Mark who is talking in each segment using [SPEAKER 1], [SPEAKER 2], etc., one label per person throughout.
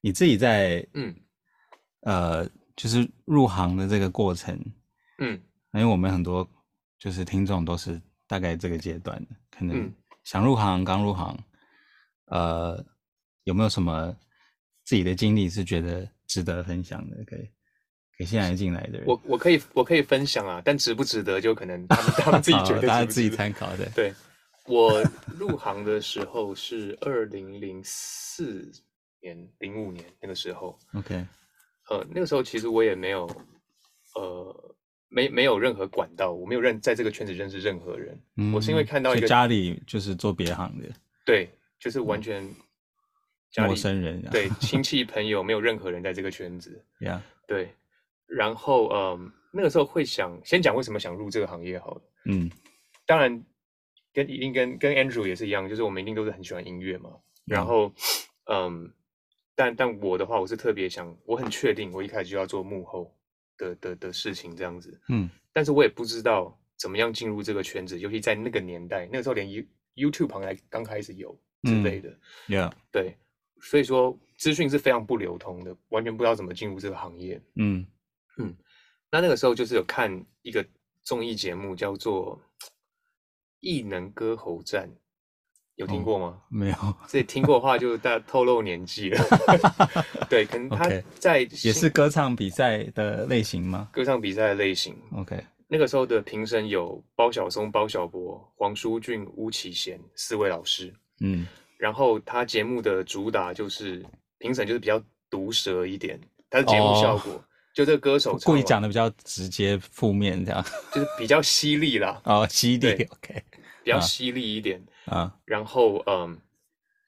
[SPEAKER 1] 你自己在
[SPEAKER 2] 嗯
[SPEAKER 1] 呃，就是入行的这个过程，
[SPEAKER 2] 嗯
[SPEAKER 1] 因为我们很多就是听众都是大概这个阶段的，可能
[SPEAKER 2] 嗯
[SPEAKER 1] 想入行、刚入行，呃，有没有什么自己的经历是觉得值得分享的，给给现在进来的人？
[SPEAKER 2] 我我可以我可以分享啊，但值不值得就可能他们他们自己觉
[SPEAKER 1] 好
[SPEAKER 2] 得值不值得，
[SPEAKER 1] 啊大家自己参考对。
[SPEAKER 2] 对，我入行的时候是二零零四年、零五年那个时候，
[SPEAKER 1] OK，
[SPEAKER 2] 呃，那个时候其实我也没有，呃，没没有任何管道，我没有认在这个圈子认识任何人，我是因为
[SPEAKER 1] 嗯
[SPEAKER 2] 看到
[SPEAKER 1] 所
[SPEAKER 2] 一
[SPEAKER 1] 以
[SPEAKER 2] 个
[SPEAKER 1] 家里就是做别行的
[SPEAKER 2] 对，就是完全家
[SPEAKER 1] 陌
[SPEAKER 2] 里
[SPEAKER 1] 生人，啊
[SPEAKER 2] 对亲戚朋友没有任何人在这个圈子，
[SPEAKER 1] 呀，
[SPEAKER 2] 对，然后嗯，那个时候会想先讲为什么想入这个行业好了。
[SPEAKER 1] 嗯
[SPEAKER 2] 当然跟一定跟跟 Andrew 也是一样，就是我们一定都是很喜欢音乐嘛。
[SPEAKER 1] 嗯
[SPEAKER 2] 然后，嗯，但但我的话，我是特别想，我很确定，我一开始就要做幕后的的的事情这样子。
[SPEAKER 1] 嗯
[SPEAKER 2] 但是我也不知道怎么样进入这个圈子，尤其在那个年代，那个时候连 You YouTube 行来刚开始有之类的，
[SPEAKER 1] 呀，
[SPEAKER 2] 对，所以说资讯是非常不流通的，完全不知道怎么进入这个行业。
[SPEAKER 1] 嗯
[SPEAKER 2] 那那个时候就是有看一个综艺节目，叫做《异能歌喉战》，有听
[SPEAKER 1] 哦
[SPEAKER 2] 过吗？
[SPEAKER 1] 没有，
[SPEAKER 2] 这听过的话就大透露年纪了。 对，可能他
[SPEAKER 1] OK
[SPEAKER 2] 在
[SPEAKER 1] 也是
[SPEAKER 2] 新
[SPEAKER 1] 歌唱比赛的类型吗
[SPEAKER 2] 歌唱比赛的类型。
[SPEAKER 1] ？OK，
[SPEAKER 2] 那个时候的评审有包小松、包小柏、黄舒骏、巫启贤四位老师。
[SPEAKER 1] 嗯
[SPEAKER 2] 然后他节目的主打就是评审就是比较毒舌一点，他的节目
[SPEAKER 1] 哦
[SPEAKER 2] 效果、就这个歌手
[SPEAKER 1] 故意
[SPEAKER 2] 唱
[SPEAKER 1] 讲
[SPEAKER 2] 完
[SPEAKER 1] 的比较直接负面这样，
[SPEAKER 2] 就是比较犀利啦，
[SPEAKER 1] 哦，犀利
[SPEAKER 2] 对
[SPEAKER 1] ，OK，
[SPEAKER 2] 比较
[SPEAKER 1] 啊
[SPEAKER 2] 犀利一点。
[SPEAKER 1] 啊，
[SPEAKER 2] 然后嗯，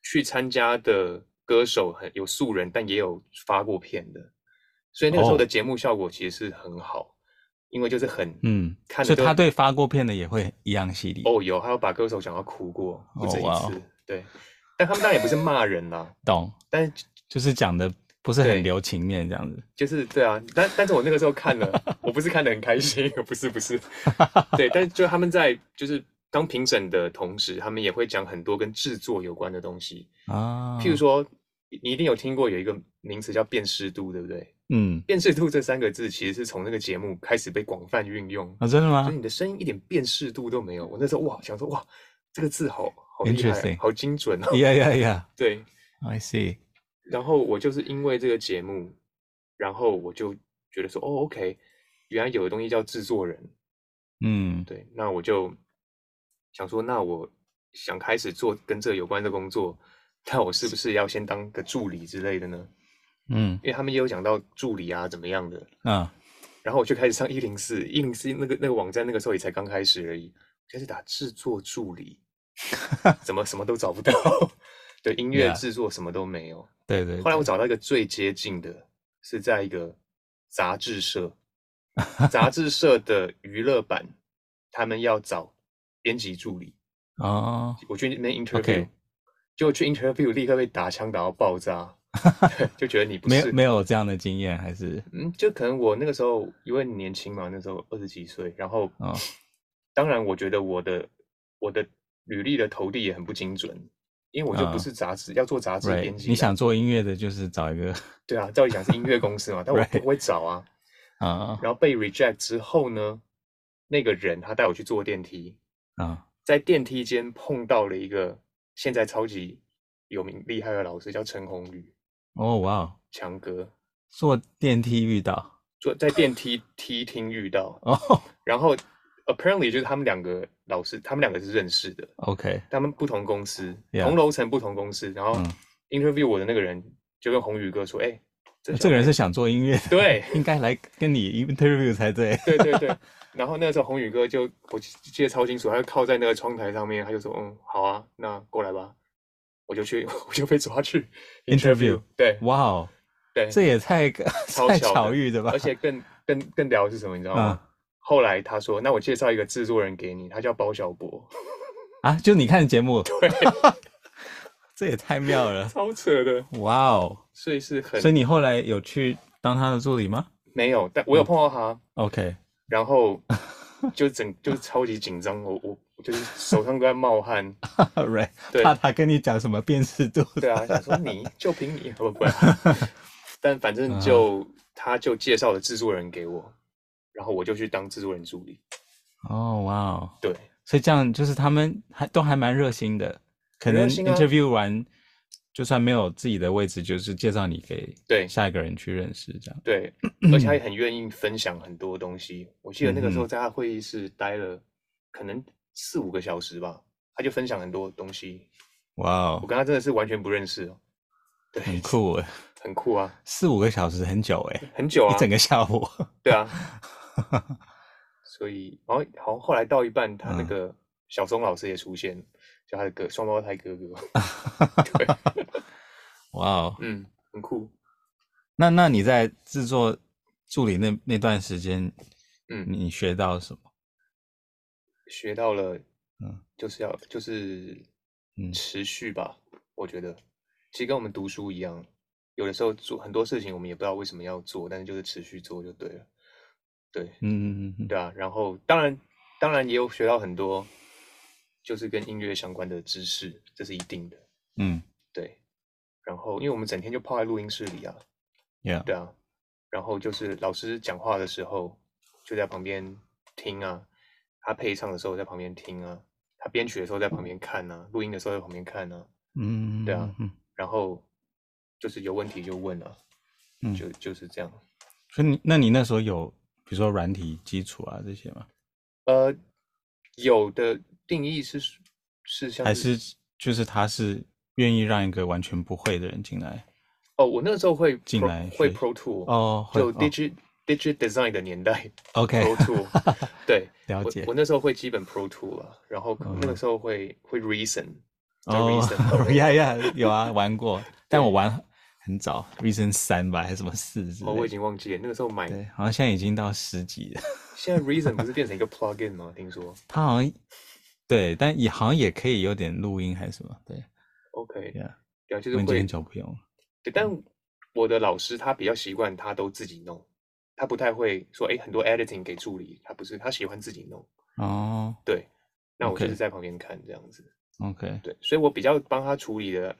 [SPEAKER 2] 去参加的歌手很有素人，但也有发过片的，所以那个时候
[SPEAKER 1] 哦
[SPEAKER 2] 的节目效果其实是很好，因为就是很
[SPEAKER 1] 嗯，
[SPEAKER 2] 看
[SPEAKER 1] 所
[SPEAKER 2] 着
[SPEAKER 1] 以他对发过片的也会一样犀利，
[SPEAKER 2] 哦有，还有把歌手讲到哭过不
[SPEAKER 1] 哦
[SPEAKER 2] 止一次，
[SPEAKER 1] 哇哦
[SPEAKER 2] 对，但他们当然也不是骂人啦，
[SPEAKER 1] 懂，
[SPEAKER 2] 但是
[SPEAKER 1] 就是讲的不是
[SPEAKER 2] 对
[SPEAKER 1] 很留情面这样子，
[SPEAKER 2] 就是对啊，但但是我那个时候看了，我不是看得很开心， 不是不是，对，但是就他们在就是当评审的同时，他们也会讲很多跟制作有关的东西，
[SPEAKER 1] 啊，
[SPEAKER 2] 譬如，说，你你一定有听过有一个名词叫辨识度，对不对？
[SPEAKER 1] 嗯，
[SPEAKER 2] 辨识度这三个字其实是从那个节目开始被广泛运用，
[SPEAKER 1] 啊，真的
[SPEAKER 2] 所
[SPEAKER 1] 吗
[SPEAKER 2] 以你的声音一点辨识度都没有。我那时候哇，想说哇，这个字好好厉害
[SPEAKER 1] Interesting
[SPEAKER 2] 啊，好精准哦。
[SPEAKER 1] ？Yeah, yeah,
[SPEAKER 2] 对，
[SPEAKER 1] yeah, I see，
[SPEAKER 2] 然后我就是因为这个节目，然后我就觉得说，哦，OK，原来有的东西叫制作人，
[SPEAKER 1] 嗯
[SPEAKER 2] 对，那我就想说，那我想开始做跟这有关的工作，那我是不是要先当个助理之类的呢？
[SPEAKER 1] 嗯
[SPEAKER 2] 因为他们也有讲到助理啊怎么样的，
[SPEAKER 1] 啊，
[SPEAKER 2] 然后我就开始上一零四，一零四那个那个网站那个时候也才刚开始而已，开始打制作助 理，怎么什么都找不到，对，音乐
[SPEAKER 1] Yeah
[SPEAKER 2] 制作什么都没有。
[SPEAKER 1] 对对，
[SPEAKER 2] 后来我
[SPEAKER 1] 对
[SPEAKER 2] 找到一个最接近的，是在一个杂志社， 杂志社的娱乐版，他们要找编辑助理，
[SPEAKER 1] 哦，
[SPEAKER 2] 我去那边 interview，
[SPEAKER 1] OK
[SPEAKER 2] 就去 interview 立刻被打枪打到 爆炸，就觉得你不
[SPEAKER 1] 没
[SPEAKER 2] 是
[SPEAKER 1] 有没有这样的经验还是
[SPEAKER 2] 嗯，就可能我那个时候因为年轻嘛，那时候二十几岁，然后
[SPEAKER 1] 哦
[SPEAKER 2] 当然我觉得我的我的履历的投递也很不精准，因为我就不
[SPEAKER 1] 啊
[SPEAKER 2] 是杂志、要做杂志
[SPEAKER 1] ，Right，
[SPEAKER 2] 编辑，啊
[SPEAKER 1] 你想做音乐的，就是找一个
[SPEAKER 2] 对啊，照理讲是音乐公 司嘛，但我
[SPEAKER 1] Right
[SPEAKER 2] 不会找啊。
[SPEAKER 1] 啊
[SPEAKER 2] 然后被 reject 之后呢，那个人他带我去坐电梯，
[SPEAKER 1] 啊，
[SPEAKER 2] 在电梯间碰到了一个现在超级有名厉害的老师，叫陈宏宇
[SPEAKER 1] 哦哇哦，
[SPEAKER 2] 强哥，
[SPEAKER 1] 坐电梯遇到
[SPEAKER 2] 坐在电梯梯厅遇到，
[SPEAKER 1] 哦
[SPEAKER 2] 然后 apparently 就是他们两个老师，他们两个是认识的，
[SPEAKER 1] ，OK，
[SPEAKER 2] 他们不同公司
[SPEAKER 1] Yeah
[SPEAKER 2] 同楼层不同公司，然后
[SPEAKER 1] 嗯
[SPEAKER 2] interview 我的那个人就跟宏宇哥说，哎、这
[SPEAKER 1] 呃 那这个人
[SPEAKER 2] 是
[SPEAKER 1] 是想做音乐的，
[SPEAKER 2] 对。
[SPEAKER 1] 应该来跟你 interview 才对。
[SPEAKER 2] 对对对。然后那个时候宏宇哥就我记记得超清楚，他就靠在那个窗台上面，他就说：“嗯，好啊，那过来吧。”我就去， 我就被抓去
[SPEAKER 1] Interview
[SPEAKER 2] 对
[SPEAKER 1] 哇哦，
[SPEAKER 2] 对，
[SPEAKER 1] 这也太
[SPEAKER 2] 超
[SPEAKER 1] 太
[SPEAKER 2] 巧的
[SPEAKER 1] 巧遇了吧？
[SPEAKER 2] 而且哦更更更聊的是什么，你知道吗？
[SPEAKER 1] 啊
[SPEAKER 2] 后来他说：“那我介绍一个制作人给你，他叫包小博，，
[SPEAKER 1] 啊，就你看节目， 这也太妙了
[SPEAKER 2] 超扯的。
[SPEAKER 1] 哇哦！”
[SPEAKER 2] 所以是很
[SPEAKER 1] 所以你后来有去当他的助理吗
[SPEAKER 2] 没有，
[SPEAKER 1] 嗯
[SPEAKER 2] 但我有碰到他，
[SPEAKER 1] ？OK，
[SPEAKER 2] 然后就整就是超级紧张，我我就是手上都在冒汗。
[SPEAKER 1] right，
[SPEAKER 2] 对
[SPEAKER 1] 怕他跟你讲什么辨识度。
[SPEAKER 2] 对啊，想说你就凭你，不不， 但反正
[SPEAKER 1] 嗯
[SPEAKER 2] 就他就介绍了制作人给我，然后我就去当制作人助理。
[SPEAKER 1] 哦，哇哦，
[SPEAKER 2] 对，
[SPEAKER 1] 所以这样就是他们还都还蛮热心的，可
[SPEAKER 2] 很热
[SPEAKER 1] 能
[SPEAKER 2] 心啊
[SPEAKER 1] interview 完，就算没有自己的位置，就是介绍你给
[SPEAKER 2] 对
[SPEAKER 1] 下一个人去认识这样。
[SPEAKER 2] 对，而且他也很愿意分享很多东西。我记得那个
[SPEAKER 1] 嗯
[SPEAKER 2] 时候在他会议室待了可能四五个小时吧，他就分享很多东西。
[SPEAKER 1] 哇
[SPEAKER 2] 我
[SPEAKER 1] 哦，
[SPEAKER 2] 跟他真的是完全不认识哦，对，
[SPEAKER 1] 很酷诶，
[SPEAKER 2] 很酷啊，
[SPEAKER 1] 四五个小时很久诶，
[SPEAKER 2] 很久啊
[SPEAKER 1] 一，整个下午。
[SPEAKER 2] 对啊。所以，然后好像后来到一半，他那
[SPEAKER 1] 嗯
[SPEAKER 2] 个小松老师也出现，就他的哥双胞胎哥哥，
[SPEAKER 1] 啊哇哦，
[SPEAKER 2] 嗯，很酷。
[SPEAKER 1] 那那你在制作助理那那段时间，
[SPEAKER 2] 嗯
[SPEAKER 1] 你学到什么？
[SPEAKER 2] 学到了，
[SPEAKER 1] 嗯，
[SPEAKER 2] 就是要就是
[SPEAKER 1] 嗯
[SPEAKER 2] 持续吧，我觉得其实跟我们读书一样，有的时候做很多事情我们也不知道为什么要做，但是就是持续做就对了，对
[SPEAKER 1] 嗯嗯嗯嗯，
[SPEAKER 2] 对啊。然后当然当然也有学到很多，就是跟音乐相关的知识，这是一定的，
[SPEAKER 1] 嗯
[SPEAKER 2] 对。然后因为我们整天就泡在录音室里啊，
[SPEAKER 1] 嗯，Yeah，
[SPEAKER 2] 对啊，然后就是老师讲话的时候就在旁边听啊，他配唱的时候在旁边听啊，他编曲的时候在旁边看啊，录音的时候在旁边看啊，
[SPEAKER 1] 嗯，
[SPEAKER 2] 对啊
[SPEAKER 1] 嗯，
[SPEAKER 2] 然后就是有问题就问啊，
[SPEAKER 1] 嗯
[SPEAKER 2] 就就是这样。
[SPEAKER 1] 所以你那你那时候有比如说软体基础啊这些吗？
[SPEAKER 2] 呃，有的定义是是像
[SPEAKER 1] 还是就是他是愿意让一个完全不会的人进来？
[SPEAKER 2] 哦，我那时候会
[SPEAKER 1] 进
[SPEAKER 2] Pro-
[SPEAKER 1] 来
[SPEAKER 2] 会
[SPEAKER 1] 学
[SPEAKER 2] Pro Tool，、
[SPEAKER 1] 哦，会
[SPEAKER 2] 就
[SPEAKER 1] 哦
[SPEAKER 2] Digit、Digit Design 的年代
[SPEAKER 1] OK，
[SPEAKER 2] Pro Tool，对，
[SPEAKER 1] 了
[SPEAKER 2] 我
[SPEAKER 1] 解
[SPEAKER 2] 我那时候会基本 Pro Tool 啊，然后可那个
[SPEAKER 1] 嗯
[SPEAKER 2] 时候会、会 Reason，叫
[SPEAKER 1] 哦
[SPEAKER 2] Reason，
[SPEAKER 1] 呀呀，有啊，玩 过，但我玩很早，Reason 三吧，还是什么四之
[SPEAKER 2] 哦，我
[SPEAKER 1] 类
[SPEAKER 2] 已
[SPEAKER 1] 的。
[SPEAKER 2] 经忘记了，那个时候买，
[SPEAKER 1] 对，好像现在已经到十级了。
[SPEAKER 2] 现在 Reason 不是变成一个 plugin 吗？听说
[SPEAKER 1] 它好像对，但也好像也可以有点录音还是什么。对，
[SPEAKER 2] ，OK，
[SPEAKER 1] Yeah
[SPEAKER 2] 对啊，就
[SPEAKER 1] 我
[SPEAKER 2] 是
[SPEAKER 1] 已经
[SPEAKER 2] 会
[SPEAKER 1] 很，久嗯不用了。
[SPEAKER 2] 对，但我的老师他比较习惯他都自己弄，他不太会说，哎，很多 editing 给助理，他不是，他喜欢自己弄，
[SPEAKER 1] 哦
[SPEAKER 2] 对，那我就是
[SPEAKER 1] OK
[SPEAKER 2] 在旁边看这样子，
[SPEAKER 1] ，OK，
[SPEAKER 2] 对，所以我比较帮他处理的，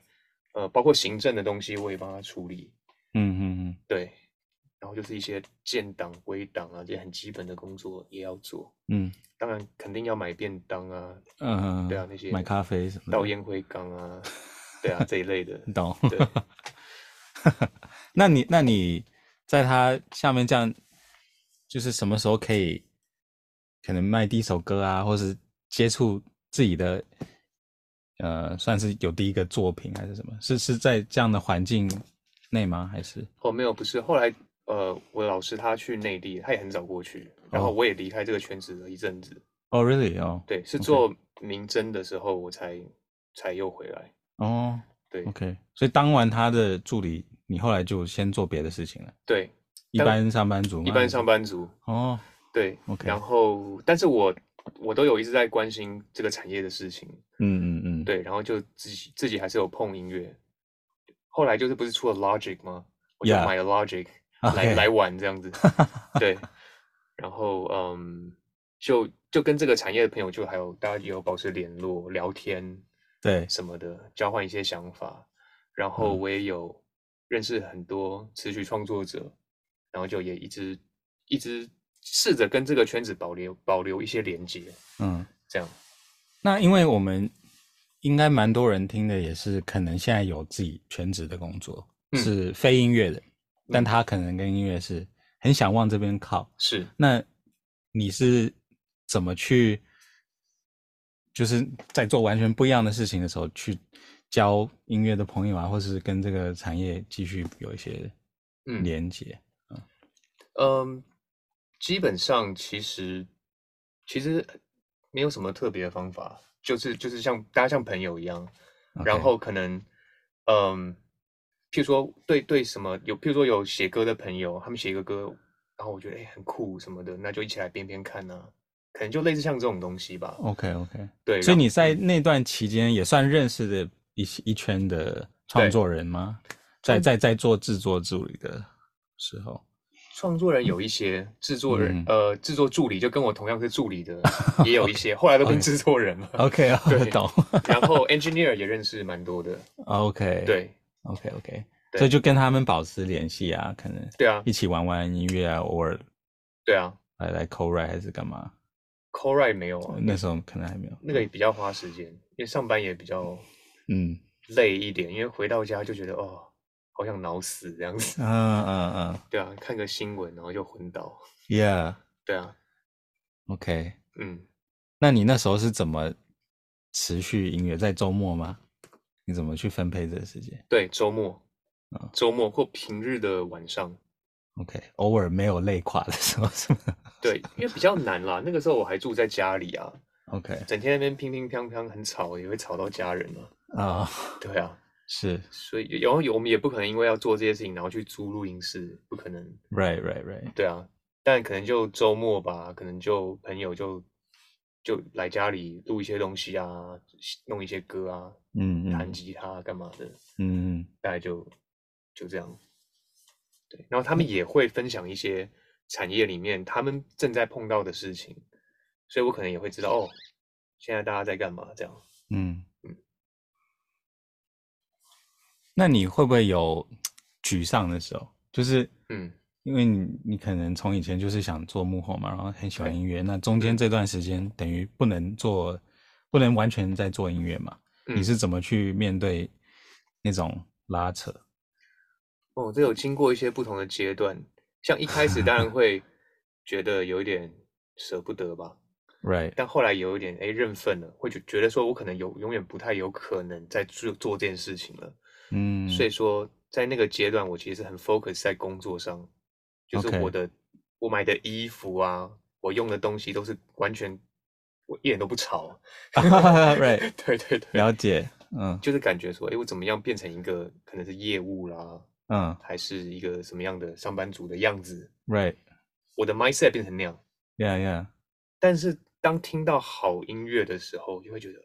[SPEAKER 2] 呃，包括行政的东西我也帮他处理，
[SPEAKER 1] 嗯嗯嗯
[SPEAKER 2] 对，然后就是一些建档、归档啊这些很基本的工作也要做，
[SPEAKER 1] 嗯
[SPEAKER 2] 当然肯定要买便当啊，
[SPEAKER 1] 嗯，
[SPEAKER 2] 对啊那些
[SPEAKER 1] 买咖啡什么的
[SPEAKER 2] 倒烟灰缸啊，对 啊这一类的，
[SPEAKER 1] 嗯懂。
[SPEAKER 2] 对，
[SPEAKER 1] 那你那你在他下面这样，就是什么时候可以可能卖第一首歌啊，或是接触自己的呃，算是有第一个作品还是什么？是是在这样的环境内吗？还是
[SPEAKER 2] 哦没有不是，后来呃我老师他去内地，他也很早过去，然后
[SPEAKER 1] 哦
[SPEAKER 2] 我也离开这个圈子了一阵子，
[SPEAKER 1] 哦、r e a l l y 哦，
[SPEAKER 2] 对，是做明侦的时候我才才又回来，
[SPEAKER 1] 哦
[SPEAKER 2] 对
[SPEAKER 1] ，OK，所以当完他的助理，你后来就先做别的事情了，
[SPEAKER 2] 对，
[SPEAKER 1] 一般上班族吗？
[SPEAKER 2] 一般上班族，
[SPEAKER 1] 哦，
[SPEAKER 2] 对
[SPEAKER 1] OK
[SPEAKER 2] 然后但是我我都有一直在关心这个产业的事情。
[SPEAKER 1] 嗯嗯嗯，，
[SPEAKER 2] 对，然后就自己自己还是有碰音乐。后来就是不是出了 Logic 吗？我就
[SPEAKER 1] Yeah.
[SPEAKER 2] 买了 Logic 来
[SPEAKER 1] OK
[SPEAKER 2] 来玩这样子。 对，然后嗯，就就跟这个产业的朋友就还有大家也有保持联络、聊天
[SPEAKER 1] 对，
[SPEAKER 2] 什么的，交换一些想法。然后
[SPEAKER 1] 嗯
[SPEAKER 2] 我也有认识很多词曲创作者，然后就也一直一直试着跟这个圈子保留保留一些连接，
[SPEAKER 1] 嗯。
[SPEAKER 2] 这样。
[SPEAKER 1] 那因为我们应该蛮多人听的，也是可能现在有自己全职的工作，
[SPEAKER 2] 嗯
[SPEAKER 1] 是非音乐的，但
[SPEAKER 2] 嗯
[SPEAKER 1] 他可能跟音乐是很想往这边靠。
[SPEAKER 2] 是，
[SPEAKER 1] 那你是怎么去，就是在做完全不一样的事情的时候，去交音乐的朋友啊，或是跟这个产业继续有一些
[SPEAKER 2] 嗯
[SPEAKER 1] 连接？
[SPEAKER 2] 嗯，基本上其实其实没有什么特别的方法，就是就是像大家像朋友一样，然
[SPEAKER 1] OK，
[SPEAKER 2] 后可能嗯，譬如说对对什么有，譬如说有写歌的朋友，他们写一个歌，然后我觉得哎很酷什么的，那就一起来编编看呐、可能就类似像这种东西吧。
[SPEAKER 1] OK OK，
[SPEAKER 2] 对，
[SPEAKER 1] 所以
[SPEAKER 2] 然
[SPEAKER 1] 你在那段期间也算认识的一些一圈
[SPEAKER 2] 嗯
[SPEAKER 1] 的创作人吗？在在在做制作助理的时候，
[SPEAKER 2] 创作人有一些，制作人、
[SPEAKER 1] 嗯
[SPEAKER 2] 呃制作助理就跟我同样是助 理的也有一些，后来都变
[SPEAKER 1] OK
[SPEAKER 2] 制作人了。
[SPEAKER 1] OK，我
[SPEAKER 2] 嗯对
[SPEAKER 1] 懂。
[SPEAKER 2] 然后 engineer 也认识蛮多的，
[SPEAKER 1] OK，
[SPEAKER 2] 对
[SPEAKER 1] ，OK OK，
[SPEAKER 2] 对
[SPEAKER 1] 所以就跟他们保持联系啊，可能
[SPEAKER 2] 对啊
[SPEAKER 1] 一起玩玩音乐啊，偶尔
[SPEAKER 2] 对啊
[SPEAKER 1] 来来 co write 还是干嘛？哦
[SPEAKER 2] c o r i 没有啊，
[SPEAKER 1] 那时候可能还没有。
[SPEAKER 2] 那个也比较花时间，因为上班也比较
[SPEAKER 1] 嗯
[SPEAKER 2] 累一点，因为回到家就觉得哦，好想脑死这样子。
[SPEAKER 1] 嗯嗯嗯
[SPEAKER 2] 对啊，看个新闻然后就昏倒。
[SPEAKER 1] ，Yeah，OK。
[SPEAKER 2] 对啊，嗯，
[SPEAKER 1] 那你那时候是怎么持续音乐？在周末吗？你怎么去分配这个时间
[SPEAKER 2] 对，周末
[SPEAKER 1] 嗯，
[SPEAKER 2] 周末或平日的晚上，
[SPEAKER 1] ？OK，偶尔没有累垮的时候是吗
[SPEAKER 2] 对，因为比较难啦。那个时候我还住在家里啊，
[SPEAKER 1] ？OK
[SPEAKER 2] 整天那边乒乒乓乓，很吵，也会吵到家人嘛。
[SPEAKER 1] 啊、
[SPEAKER 2] 对啊，
[SPEAKER 1] 是
[SPEAKER 2] 所以然后有我们也不可能因为要做这些事情，然后去租录音室，不可能。
[SPEAKER 1] ，right right right，
[SPEAKER 2] 对啊，但可能就周末吧，可能就朋友就就来家里录一些东西啊，弄一些歌啊，
[SPEAKER 1] 嗯
[SPEAKER 2] 弹
[SPEAKER 1] 嗯
[SPEAKER 2] 吉他干嘛的，
[SPEAKER 1] 嗯嗯
[SPEAKER 2] 大概就就这样。对，然后他们也会分享一些产业里面他们正在碰到的事情，所以我可能也会知道哦，现在大家在干嘛这样。
[SPEAKER 1] 嗯。那你会不会有沮丧的时候？就是
[SPEAKER 2] 嗯，
[SPEAKER 1] 因为你你可能从以前就是想做幕后嘛，然后很喜欢
[SPEAKER 2] 对
[SPEAKER 1] 音乐，那中间这段时间等于不能做，不能完全在做音乐嘛？你
[SPEAKER 2] 嗯
[SPEAKER 1] 是怎么去面对那种拉扯？
[SPEAKER 2] 哦，这有经过一些不同的阶段，像一开始当 然会觉得有一点舍不得吧，
[SPEAKER 1] Right，
[SPEAKER 2] 但后来有一点哎认份了，会觉觉得说我可能有永远不太有可能再做做这件事情了，
[SPEAKER 1] 嗯，
[SPEAKER 2] 所以说在那个阶段，我其实很 focus 在工作上，就是我
[SPEAKER 1] OK
[SPEAKER 2] 的我买的衣服啊，我用的东西都是完全我一点都不潮
[SPEAKER 1] right，
[SPEAKER 2] 对对对，
[SPEAKER 1] 了解，嗯
[SPEAKER 2] 就是感觉说哎我怎么样变成一个可能是业务啦，
[SPEAKER 1] 嗯
[SPEAKER 2] 还是一个什么样的上班族的样子，
[SPEAKER 1] ，right，yeah
[SPEAKER 2] 我的 mindset 变成那样，
[SPEAKER 1] yeah，
[SPEAKER 2] 但是当听到好音乐的时候，就会觉得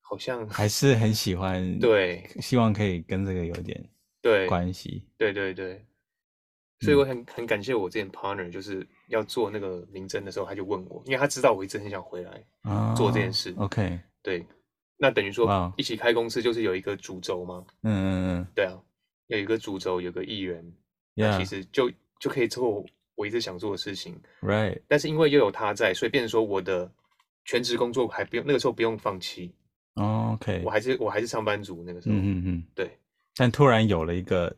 [SPEAKER 2] 好像。
[SPEAKER 1] 还是很喜欢，，
[SPEAKER 2] 对
[SPEAKER 1] 希望可以跟这个有点
[SPEAKER 2] 对
[SPEAKER 1] 关系，
[SPEAKER 2] 对对对，所以
[SPEAKER 1] 嗯
[SPEAKER 2] 我很很感谢我之前 partner，就是要做那个名侦的时候，他就问我，因为他知道我一直很想回来。
[SPEAKER 1] 啊，
[SPEAKER 2] 做这件事
[SPEAKER 1] OK，
[SPEAKER 2] 对，那等于说
[SPEAKER 1] 哇哦
[SPEAKER 2] 一起开公司就是有一个主轴嘛，
[SPEAKER 1] 嗯嗯
[SPEAKER 2] 对啊，有一个主轴，有个艺人，
[SPEAKER 1] 嗯
[SPEAKER 2] 那其
[SPEAKER 1] ，Yeah，right，
[SPEAKER 2] 实就就可以做我一直想做的事情。但是因为又有他在，所以变成说我的全职工作还不用那个时候不用放弃，
[SPEAKER 1] 哦，OK，
[SPEAKER 2] 我还是我还是上班族那个时候，
[SPEAKER 1] 嗯嗯嗯。
[SPEAKER 2] 对
[SPEAKER 1] 但突然有了一个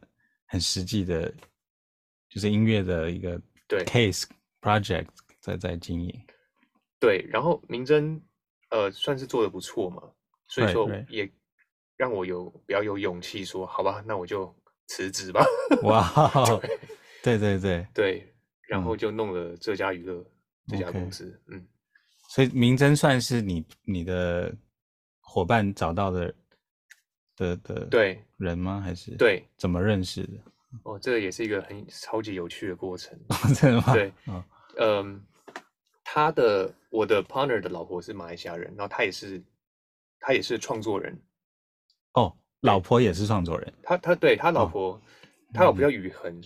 [SPEAKER 1] 很实际的，就是音乐的一个
[SPEAKER 2] 对
[SPEAKER 1] case project 在在经 营。
[SPEAKER 2] 对，然后明真呃算是做的不错嘛，所以
[SPEAKER 1] Right,
[SPEAKER 2] 说
[SPEAKER 1] right.
[SPEAKER 2] 也让我有比较有勇气说，好吧，那我就辞职吧。
[SPEAKER 1] 哇、对对对，
[SPEAKER 2] 对，然
[SPEAKER 1] 嗯
[SPEAKER 2] 后就弄了浙家娱乐这家公
[SPEAKER 1] OK
[SPEAKER 2] 司，嗯，
[SPEAKER 1] 所以明真算是你你的伙伴找到的的的
[SPEAKER 2] 对
[SPEAKER 1] 人吗？还是
[SPEAKER 2] 对，
[SPEAKER 1] 怎么认识的？
[SPEAKER 2] 哦，这也是一个很超级有趣的过程。
[SPEAKER 1] 真的吗？
[SPEAKER 2] 对
[SPEAKER 1] 哦
[SPEAKER 2] 嗯，他的我的 partner 的老婆是马来西亚人，然后他也是他也是创作人，
[SPEAKER 1] 哦，老婆也是创作人。
[SPEAKER 2] 他他对他老
[SPEAKER 1] 哦
[SPEAKER 2] 婆，他老婆
[SPEAKER 1] 嗯
[SPEAKER 2] 叫雨恒，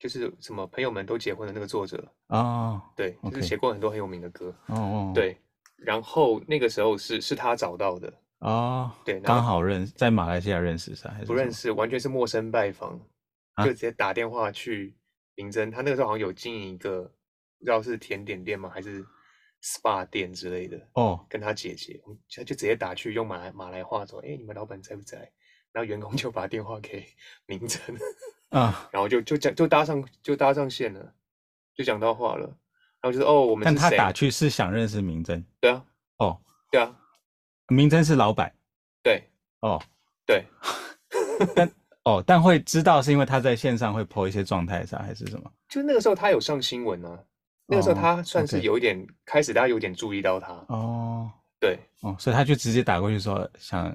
[SPEAKER 2] 就是什么朋友们都结婚的那个作者。
[SPEAKER 1] 哦
[SPEAKER 2] 对，就是
[SPEAKER 1] OK
[SPEAKER 2] 写过很多很有名的歌。
[SPEAKER 1] 哦哦，
[SPEAKER 2] 对，然后那个时候是是他找到的，
[SPEAKER 1] 哦，
[SPEAKER 2] 对然后
[SPEAKER 1] 刚好认在马来西亚认识是吧还是
[SPEAKER 2] 不认
[SPEAKER 1] 什
[SPEAKER 2] 识，完全是陌生拜访，
[SPEAKER 1] 啊
[SPEAKER 2] 就直接打电话去明真。他那个时候好像有经营一个，不知道是甜点店吗，还是 SPA 店之类的，
[SPEAKER 1] 么？哦，
[SPEAKER 2] 跟他姐姐，我们他就直接打去，用马来马来话说：“哎，你们老板在不在？”然后员工就把电话给 明真，
[SPEAKER 1] 啊，
[SPEAKER 2] 然后就就讲就搭上就搭上线了，就讲到话了。然后就是哦，我们
[SPEAKER 1] 但
[SPEAKER 2] 是
[SPEAKER 1] 他
[SPEAKER 2] 谁
[SPEAKER 1] 打去是想认识明真
[SPEAKER 2] 对啊，
[SPEAKER 1] 哦，
[SPEAKER 2] 对啊，
[SPEAKER 1] 明真是老板
[SPEAKER 2] 对
[SPEAKER 1] 哦
[SPEAKER 2] 对，
[SPEAKER 1] 哦， 但会知道是因为他在线上会 po 一些状态啥还是什么？
[SPEAKER 2] 就那个时候他有上新闻啊，那个时候
[SPEAKER 1] 哦
[SPEAKER 2] 他算是
[SPEAKER 1] OK
[SPEAKER 2] 有一点、开始，大家有点注意到他，
[SPEAKER 1] 哦
[SPEAKER 2] 对
[SPEAKER 1] 哦，所以他就直接打过去说想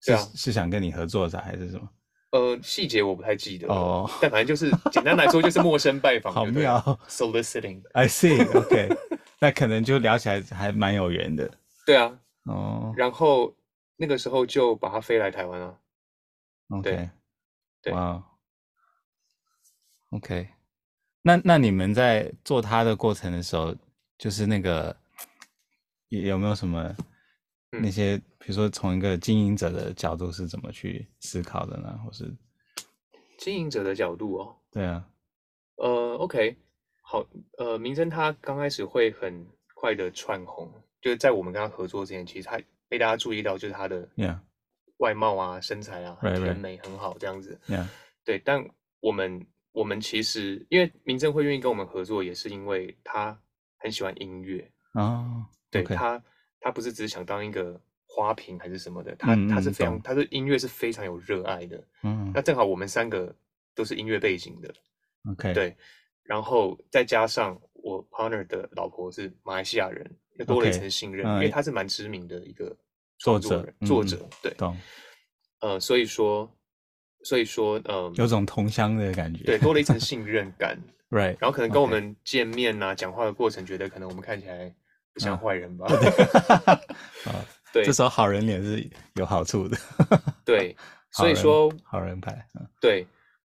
[SPEAKER 1] 是、
[SPEAKER 2] 对啊
[SPEAKER 1] 是想跟你合作啥还是什么？
[SPEAKER 2] 呃，细节我不太记得了
[SPEAKER 1] 哦
[SPEAKER 2] 但反正就是简单来说就是陌生拜访，
[SPEAKER 1] 好妙 哦
[SPEAKER 2] ，soliciting，
[SPEAKER 1] ，I see OK，那 可能就聊起来还蛮有缘的
[SPEAKER 2] 对啊，
[SPEAKER 1] 哦。
[SPEAKER 2] 然后那个时候就把他飞来台湾啊，
[SPEAKER 1] OK，
[SPEAKER 2] 对
[SPEAKER 1] 哇哦哦 OK，那那你们在做它的过程的时候，就是那个有有没有什么那
[SPEAKER 2] 嗯
[SPEAKER 1] 些，比如说从一个经营者的角度是怎么去思考的呢？或是
[SPEAKER 2] 经营者的角度哦，
[SPEAKER 1] 对啊，
[SPEAKER 2] 呃，OK，好，呃，名声他刚开始会很快的窜红，就是在我们跟他合作之前，其实他被大家注意到，就是他的
[SPEAKER 1] Yeah
[SPEAKER 2] 外貌啊、身材啊、
[SPEAKER 1] Right,
[SPEAKER 2] 很甜
[SPEAKER 1] right.
[SPEAKER 2] 美、很好这样子。
[SPEAKER 1] Yeah
[SPEAKER 2] 对，但我们我们其实因为民政会愿意跟我们合作，也是因为他很喜欢音乐，
[SPEAKER 1] 哦
[SPEAKER 2] 对
[SPEAKER 1] OK
[SPEAKER 2] 他他不是只想当一个花瓶还是什么的，他
[SPEAKER 1] 嗯
[SPEAKER 2] 他
[SPEAKER 1] 嗯
[SPEAKER 2] 是非常
[SPEAKER 1] 懂
[SPEAKER 2] 他对音乐是非常有热爱的。
[SPEAKER 1] 嗯
[SPEAKER 2] 那正好我们三个都是音乐背景的，
[SPEAKER 1] OK
[SPEAKER 2] 呃对，然后再加上我 partner 的老婆是马来西亚人，又多了一
[SPEAKER 1] OK，
[SPEAKER 2] 层信任，
[SPEAKER 1] 嗯
[SPEAKER 2] 因为他是蛮知名的一个
[SPEAKER 1] 作
[SPEAKER 2] 创作
[SPEAKER 1] 者
[SPEAKER 2] 人
[SPEAKER 1] 嗯
[SPEAKER 2] 作
[SPEAKER 1] 嗯
[SPEAKER 2] 者，对，
[SPEAKER 1] 懂，
[SPEAKER 2] 呃，所以说，所以说，嗯、
[SPEAKER 1] 有种同乡的感觉。
[SPEAKER 2] 对，多了一层信任感，
[SPEAKER 1] Right，
[SPEAKER 2] 然后可能跟我
[SPEAKER 1] OK
[SPEAKER 2] 们见面呐、讲话的过程，觉得可能我们看起来不像
[SPEAKER 1] 嗯
[SPEAKER 2] 坏人吧，
[SPEAKER 1] 啊，
[SPEAKER 2] 对
[SPEAKER 1] 这时候好人脸是有好处的。
[SPEAKER 2] 对，
[SPEAKER 1] 好
[SPEAKER 2] 所以
[SPEAKER 1] 人
[SPEAKER 2] 说，
[SPEAKER 1] 好人牌，嗯
[SPEAKER 2] 对，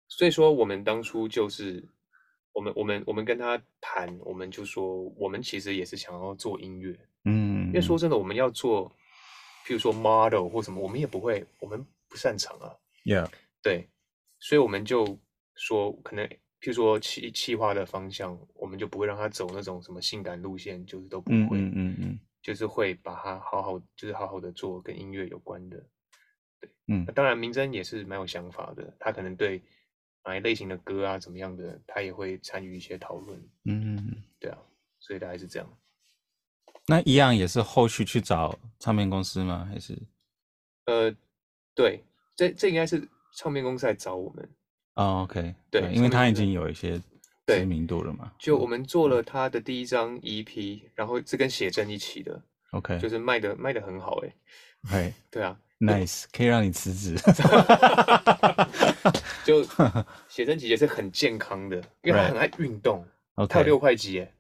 [SPEAKER 2] 所以说我们当初就是，我们我们我们跟他谈，我们就说，我们其实也是想要做音乐，
[SPEAKER 1] 嗯，
[SPEAKER 2] 因为说真的，我们要做，譬如说 model 或什么，我们也不会，我们不擅长啊。
[SPEAKER 1] Yeah，
[SPEAKER 2] 对，所以我们就说，可能譬如说企企划的方向，我们就不会让他走那种什么性感路线，就是都不
[SPEAKER 1] 嗯
[SPEAKER 2] 会，
[SPEAKER 1] 嗯嗯嗯
[SPEAKER 2] 就是会把它好好，就是好好的做跟音乐有关的。
[SPEAKER 1] 嗯
[SPEAKER 2] 那当然，明真也是蛮有想法的，他可能对哪一类型的歌啊，怎么样的，他也会参与一些讨论。
[SPEAKER 1] 嗯嗯，嗯
[SPEAKER 2] 对啊，所以大概是这样。
[SPEAKER 1] 那一样也是后续去找唱片公司吗？还是
[SPEAKER 2] 呃，对，这这应该是唱片公司来找我们。
[SPEAKER 1] 哦，OK，
[SPEAKER 2] 对
[SPEAKER 1] 因为
[SPEAKER 2] 唱片
[SPEAKER 1] 他已
[SPEAKER 2] 公司
[SPEAKER 1] 经有一些
[SPEAKER 2] 对
[SPEAKER 1] 知名度了嘛。
[SPEAKER 2] 就我们做了
[SPEAKER 1] 嗯
[SPEAKER 2] 他的第一张 EP，然后是跟写真一起的，
[SPEAKER 1] OK，
[SPEAKER 2] 就是卖的卖的很好哎、
[SPEAKER 1] right
[SPEAKER 2] 对啊，
[SPEAKER 1] nice，可以让你辞职。
[SPEAKER 2] 就写真集也是很健康的，因为他
[SPEAKER 1] Right
[SPEAKER 2] 很爱运动，他
[SPEAKER 1] OK，
[SPEAKER 2] 有六块肌哎，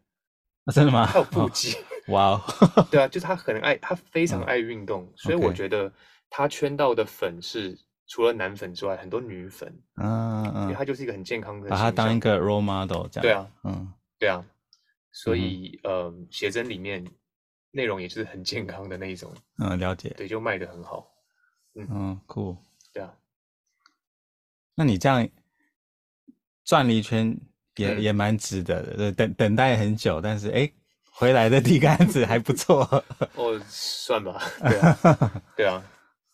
[SPEAKER 1] 啊真的吗？
[SPEAKER 2] 他有腹
[SPEAKER 1] 哦
[SPEAKER 2] 肌，
[SPEAKER 1] 哇 哦，
[SPEAKER 2] 对啊，就是他很爱，他非常
[SPEAKER 1] 嗯
[SPEAKER 2] 爱运动，所以我
[SPEAKER 1] OK
[SPEAKER 2] 觉得他圈到的粉是除了男粉之外，很多女粉，
[SPEAKER 1] 嗯
[SPEAKER 2] 因
[SPEAKER 1] 嗯，
[SPEAKER 2] 为他就是一个很健康的，
[SPEAKER 1] 把他当一，个 role model 这样。
[SPEAKER 2] 对啊，
[SPEAKER 1] 嗯
[SPEAKER 2] 对啊，所
[SPEAKER 1] 嗯哼
[SPEAKER 2] 以呃，写真里面内容也是很健康的那一种，
[SPEAKER 1] 嗯，了解。
[SPEAKER 2] 对，就卖的很好，
[SPEAKER 1] 嗯，cool。
[SPEAKER 2] 对啊。
[SPEAKER 1] 那你这样转了一圈也，也、
[SPEAKER 2] 嗯
[SPEAKER 1] 蛮值得的。对等等待很久，但是哎，回来的 第一个案子还不错。
[SPEAKER 2] 哦，算吧，对啊，对啊，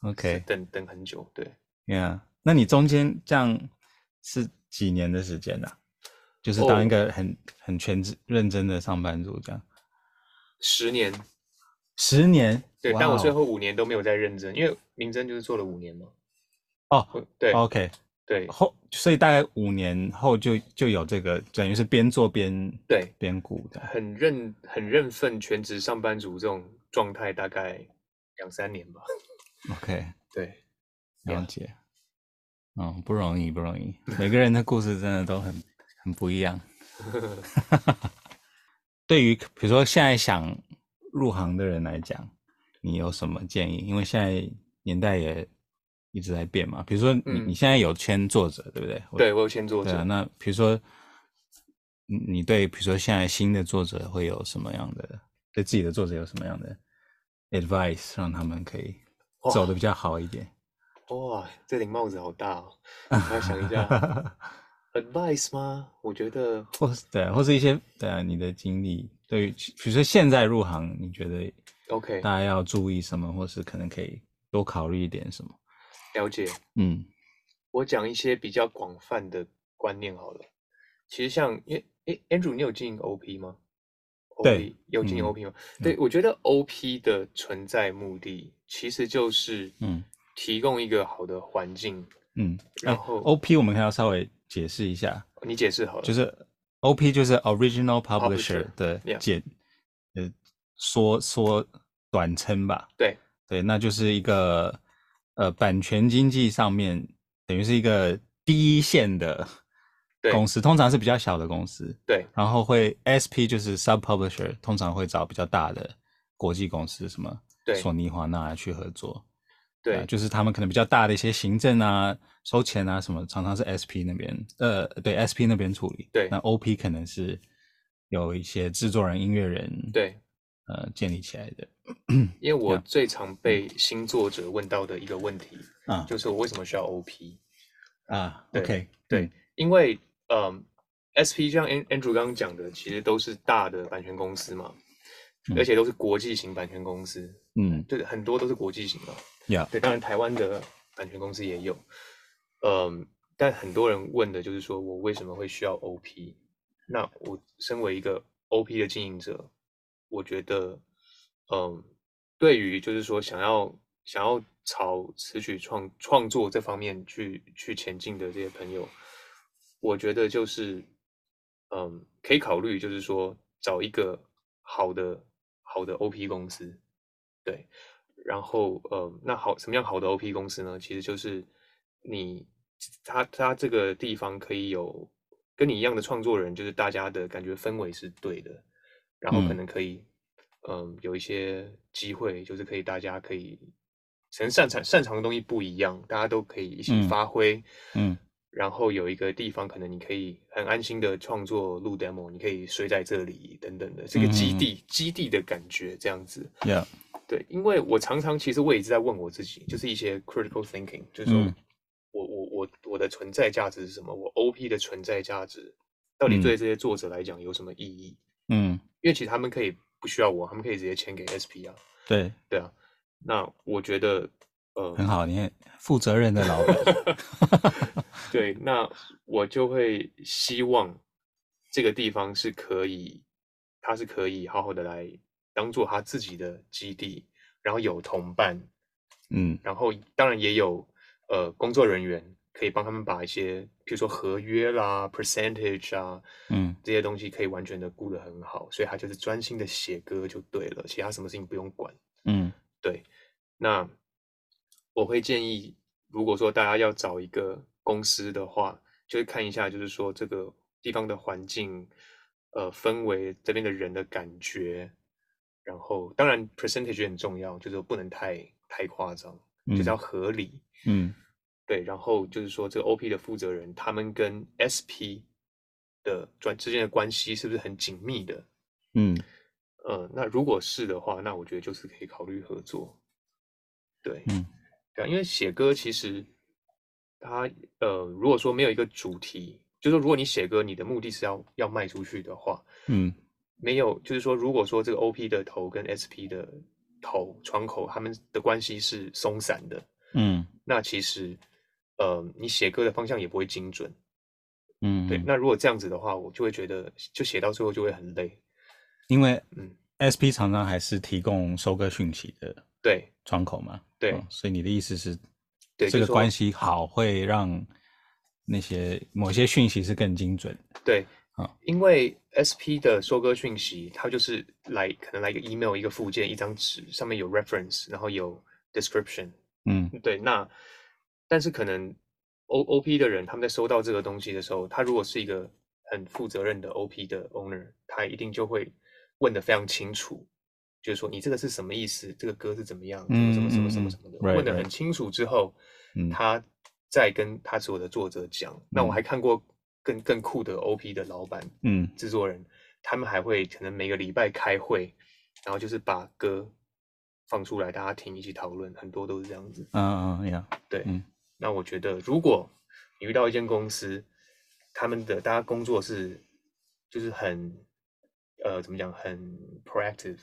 [SPEAKER 1] OK，
[SPEAKER 2] 等等很久，对，
[SPEAKER 1] yeah。那你中间这样是几年的时间呢、啊就是当一
[SPEAKER 2] 哦
[SPEAKER 1] 个很、很全职认真的上班族这样，
[SPEAKER 2] 十年，
[SPEAKER 1] 十年。
[SPEAKER 2] 对，
[SPEAKER 1] 哇
[SPEAKER 2] 但我最
[SPEAKER 1] 哦
[SPEAKER 2] 后五年都没有再认真，因为明真就是做了五年嘛，
[SPEAKER 1] 哦
[SPEAKER 2] 我对
[SPEAKER 1] ，OK，
[SPEAKER 2] 对
[SPEAKER 1] 后所以大概五年后就就有这个，等于是边做边
[SPEAKER 2] 对，
[SPEAKER 1] 边顾的。
[SPEAKER 2] 很认很认份全职上班族这种状态，大概两三年 吧，
[SPEAKER 1] OK，
[SPEAKER 2] 对，
[SPEAKER 1] 了
[SPEAKER 2] Yeah
[SPEAKER 1] 解，嗯，不容易，不容易。每个人的故事真的都很很不一 样。对于比如说现在想入行的人来讲，你有什么建议？因为现在年代也一直在变嘛。比如说你、
[SPEAKER 2] 嗯
[SPEAKER 1] 你现在有签作者，对不对？我
[SPEAKER 2] 对我有签作
[SPEAKER 1] 对啊。
[SPEAKER 2] 者，
[SPEAKER 1] 那比如说你你对比如说现在新的作者会有什么样的对自己的作者有什么样的 advice，让他们可以
[SPEAKER 2] 哇
[SPEAKER 1] 走的比较好一点？
[SPEAKER 2] 哇，这顶帽子好大哦，我要想一下 ，advice 吗？我觉得
[SPEAKER 1] 或是对啊，或是一些对啊，你的经历，对于其比如说现在入行，你觉得
[SPEAKER 2] OK，
[SPEAKER 1] 大家要注意什么，或是可能可以多考虑一点什么？
[SPEAKER 2] 了解，
[SPEAKER 1] 嗯
[SPEAKER 2] 我讲一些比较广泛的观念好了。其实像，因为诶，Andrew，你有经营 OP 吗
[SPEAKER 1] 对
[SPEAKER 2] ？OP 有经营
[SPEAKER 1] 嗯
[SPEAKER 2] OP 吗？对，我觉得 OP 的存在目的其实就是
[SPEAKER 1] 嗯
[SPEAKER 2] 提供一个好的环境。
[SPEAKER 1] 嗯。
[SPEAKER 2] 然后
[SPEAKER 1] OP 我们还要稍微解释一下，
[SPEAKER 2] 你解释好了，
[SPEAKER 1] 就是 OP 就是 Original
[SPEAKER 2] Publisher，
[SPEAKER 1] Publisher 的
[SPEAKER 2] yeah
[SPEAKER 1] 简呃缩缩短称吧？
[SPEAKER 2] 对
[SPEAKER 1] 对，那就是一个呃版权经济上面等于是一个第一线的
[SPEAKER 2] 对
[SPEAKER 1] 公司，通常是比较小的公司。
[SPEAKER 2] 对
[SPEAKER 1] 然后会 SP 就是 sub publisher，通常会找比较大的国际公司，什么
[SPEAKER 2] 对
[SPEAKER 1] 索尼、华纳去合作。
[SPEAKER 2] 对
[SPEAKER 1] 啊就是他们可能比较大的一些行政啊、收钱啊什么，常常是 SP 那边，呃，对 SP 那边处理。
[SPEAKER 2] 对
[SPEAKER 1] 那 OP 可能是有一些制作人、音乐人，，
[SPEAKER 2] 对，
[SPEAKER 1] 呃，建立起来的。
[SPEAKER 2] 因为我
[SPEAKER 1] Yeah
[SPEAKER 2] 最常被新作者问到的一个问题，
[SPEAKER 1] 啊
[SPEAKER 2] 就是我为什么需要 OP？
[SPEAKER 1] 啊
[SPEAKER 2] 嗯对
[SPEAKER 1] ，OK，
[SPEAKER 2] 对
[SPEAKER 1] 嗯，
[SPEAKER 2] 因为嗯，SP 像 An- Andrew 刚刚讲的，其实都是大的版权公司嘛，
[SPEAKER 1] 嗯
[SPEAKER 2] 而且都是国际型版权公司，
[SPEAKER 1] 嗯
[SPEAKER 2] 对，很多都是国际型嘛。
[SPEAKER 1] ，Yeah，
[SPEAKER 2] 对，当然台湾的版权公司也有，嗯，但很多人问的就是说我为什么会需要 OP？那我身为一个 OP 的经营者，我觉得，嗯，对于就是说想要想要朝词曲创创作这方面去去前进的这些朋友，我觉得就是，嗯，可以考虑就是说找一个好的好的 OP 公司，对，然后呃，那好，什么样好的 OP 公司呢？其实就是你，他他这个地方可以有跟你一样的创作人，就是大家的感觉氛围是对的，然后可
[SPEAKER 1] 嗯
[SPEAKER 2] 能可以，嗯、有一些机会，就是可以大家可以，可能擅长擅长的东西不一样，大家都可以一起
[SPEAKER 1] 嗯
[SPEAKER 2] 发挥，
[SPEAKER 1] 嗯
[SPEAKER 2] 然后有一个地方，可能你可以很安心的创作录 demo，你可以睡在这里等等的，这个
[SPEAKER 1] 嗯
[SPEAKER 2] 基
[SPEAKER 1] 嗯嗯
[SPEAKER 2] 地、基地的感觉这样子。
[SPEAKER 1] ，Yeah，
[SPEAKER 2] 对，因为我常常其实我也是在问我自己，就是一些 critical thinking，就是说
[SPEAKER 1] 嗯
[SPEAKER 2] 我我我我的存在价值是什么？我 OP 的存在价值到底
[SPEAKER 1] 嗯
[SPEAKER 2] 对这些作者来讲有什么意义？
[SPEAKER 1] 嗯，
[SPEAKER 2] 因为其实他们可以不需要我，他们可以直接签给 SP 啊，
[SPEAKER 1] 对，
[SPEAKER 2] 对啊。那我觉得，呃，
[SPEAKER 1] 很好，你很负责任的 老板。
[SPEAKER 2] 对，那我就会希望这个地方是可以，它是可以好好的来当做他自己的基地，然后有同伴，
[SPEAKER 1] 嗯
[SPEAKER 2] 然后当然也有呃工作人员可以帮他们把一些，比如说合约啦、percentage 啊
[SPEAKER 1] 嗯
[SPEAKER 2] 这些东西可以完全的顾得很好，所以他就是专心的写歌就对了，其他什么事情不用管。
[SPEAKER 1] 嗯
[SPEAKER 2] 对，那我会建议，如果说大家要找一个公司的话，就是看一下，就是说这个地方的环境、呃氛围、这边的人的感觉，然后当然 percentage 也很重要，就是不能太太夸张，就是要
[SPEAKER 1] 嗯
[SPEAKER 2] 合理。
[SPEAKER 1] 嗯
[SPEAKER 2] 对，然后就是说这个 OP 的负责人，他们跟 SP 的转之间的关系是不是很紧密的？
[SPEAKER 1] 嗯
[SPEAKER 2] 呃，那如果是的话，那我觉得就是可以考虑合作。对，
[SPEAKER 1] 嗯
[SPEAKER 2] 对啊，因为写歌其实它呃，如果说没有一个主题，就是说如果你写歌，你的目的是要要卖出去的话，
[SPEAKER 1] 嗯
[SPEAKER 2] 没有，就是说如果说这个 OP 的头跟 SP 的头窗口他们的关系是松散的，
[SPEAKER 1] 嗯
[SPEAKER 2] 那其实呃，你写歌的方向也不会精准。
[SPEAKER 1] 嗯，
[SPEAKER 2] 对，那如果这样子的话，我就会觉得就写到最后就会很累。
[SPEAKER 1] 因为
[SPEAKER 2] 嗯
[SPEAKER 1] SP 常常还是提供收割讯息的
[SPEAKER 2] 对
[SPEAKER 1] 窗口嘛，
[SPEAKER 2] 对
[SPEAKER 1] 嗯所以你的意思是，
[SPEAKER 2] 对
[SPEAKER 1] 这
[SPEAKER 2] 就
[SPEAKER 1] 个
[SPEAKER 2] 说
[SPEAKER 1] 关系好会让那些某些讯息是更精准的，
[SPEAKER 2] 对
[SPEAKER 1] 啊，
[SPEAKER 2] 因为 SP 的收割讯息，它就是来可能来一个 email 一个附件一张纸，上面有 reference，然后有 description。
[SPEAKER 1] 嗯
[SPEAKER 2] 对，那但是可能 O OP 的人他们在收到这个东西的时候，他如果是一个很负责任的 OP 的 owner，他一定就会问的非常清楚，就是说你这个是什么意思，这个歌是怎么样，
[SPEAKER 1] 嗯
[SPEAKER 2] 什么什么什么
[SPEAKER 1] 嗯
[SPEAKER 2] 什么什么的，
[SPEAKER 1] right，
[SPEAKER 2] 问的
[SPEAKER 1] right
[SPEAKER 2] 很清楚之后，
[SPEAKER 1] 嗯
[SPEAKER 2] 他再跟他所有的作者讲。那我
[SPEAKER 1] 嗯
[SPEAKER 2] 还看过更更酷的 OP 的老板，
[SPEAKER 1] 嗯
[SPEAKER 2] 制作人，他们还会可能每个礼拜开会，然后就是把歌放出来，大家听一起讨论，很多都是这样子。
[SPEAKER 1] 嗯嗯呀，
[SPEAKER 2] 对，
[SPEAKER 1] 嗯
[SPEAKER 2] 那我觉得如果你遇到一间公司，他们的大家工作是就是很呃怎么讲，很 proactive，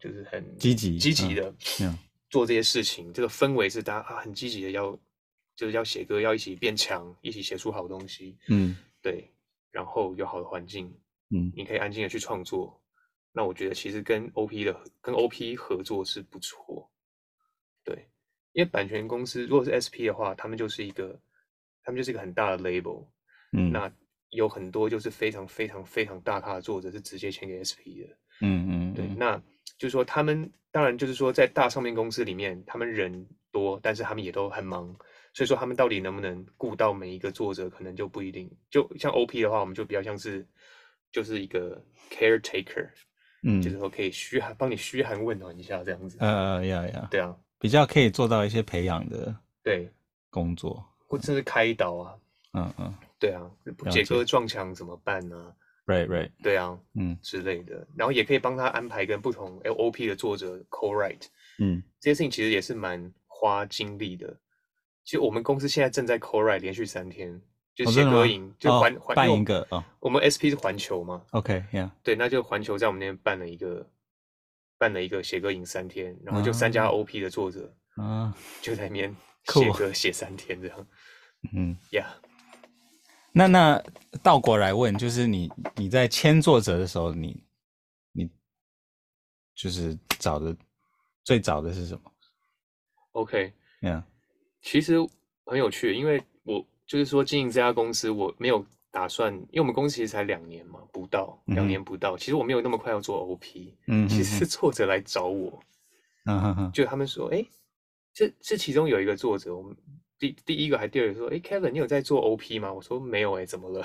[SPEAKER 2] 就是很
[SPEAKER 1] 积极
[SPEAKER 2] 积
[SPEAKER 1] 嗯
[SPEAKER 2] 极的、
[SPEAKER 1] 嗯
[SPEAKER 2] 做这些事情，这个氛围是大家、啊、很积极的要就是要写歌，要一起变强，一起写出好东西，
[SPEAKER 1] 嗯
[SPEAKER 2] 对，然后有好的环境，
[SPEAKER 1] 嗯
[SPEAKER 2] 你可以安静的去创作。那我觉得其实跟 OP 的合跟 OP 合作是不错，对，因为版权公司如果是 SP 的话，他们就是一个，他们就是一个很大的 label，、
[SPEAKER 1] 嗯
[SPEAKER 2] 那有很多就是非常非常非常大咖的作者是直接签给 SP 的，
[SPEAKER 1] 嗯嗯
[SPEAKER 2] 对，
[SPEAKER 1] 嗯
[SPEAKER 2] 那就是说他们当然就是说在大唱片公司里面，他们人多，但是他们也都很忙，所以说他们到底能不能顾到每一个作者，可能就不一定。就像 OP 的话，我们就比较像是就是一个 caretaker，、就是
[SPEAKER 1] 嗯
[SPEAKER 2] 说可以嘘寒帮你嘘寒问暖一下这样子。
[SPEAKER 1] 呃呀呀，
[SPEAKER 2] 对啊，
[SPEAKER 1] 比较可以做到一些培养的
[SPEAKER 2] 对，
[SPEAKER 1] 工作。
[SPEAKER 2] 或甚至开导啊，
[SPEAKER 1] 嗯嗯
[SPEAKER 2] 对啊，
[SPEAKER 1] 了
[SPEAKER 2] 杰
[SPEAKER 1] 解
[SPEAKER 2] 哥撞墙怎么办呢、
[SPEAKER 1] ，right right，
[SPEAKER 2] 对啊
[SPEAKER 1] 嗯
[SPEAKER 2] 之类的，然后也可以帮他安排跟不同 LOP 的作者 co-write，
[SPEAKER 1] 嗯
[SPEAKER 2] 这些事情其实也是蛮花精力的。其实我们公司现在正在 co-write 连续三天，就
[SPEAKER 1] 哦
[SPEAKER 2] 写
[SPEAKER 1] 真的
[SPEAKER 2] 歌
[SPEAKER 1] 吗
[SPEAKER 2] 营，就
[SPEAKER 1] 哦
[SPEAKER 2] 环环、
[SPEAKER 1] 办
[SPEAKER 2] 因为
[SPEAKER 1] 一个
[SPEAKER 2] 我
[SPEAKER 1] 哦
[SPEAKER 2] 我们 SP 是环球嘛，
[SPEAKER 1] ，OK，yeah，
[SPEAKER 2] 对，那就环球在我们那边办了一个办了一个写歌营三天，然后就三家
[SPEAKER 1] 啊
[SPEAKER 2] OP 的作者
[SPEAKER 1] 啊，
[SPEAKER 2] 就在那 边写
[SPEAKER 1] Cool
[SPEAKER 2] 歌写三天这样，
[SPEAKER 1] 嗯，
[SPEAKER 2] 呀、
[SPEAKER 1] 那那倒过来问，就是你你在签作者的时候，你你就是找的最早的是什么
[SPEAKER 2] o k
[SPEAKER 1] ？Yeah，
[SPEAKER 2] 其实很有趣，因为我就是说经营这家公司，我没有打算，因为我们公司其实才两年嘛，不到
[SPEAKER 1] 嗯哼
[SPEAKER 2] 两年不到，其实我没有那么快要做 OP，
[SPEAKER 1] 嗯
[SPEAKER 2] 其实是作者来找我，
[SPEAKER 1] 嗯哼哼，
[SPEAKER 2] 就他们说，哎，这这其中有一个作者，我们第第一个还第二个说，哎，Kevin，你有在做 OP 吗？我说没有，哎，怎么了？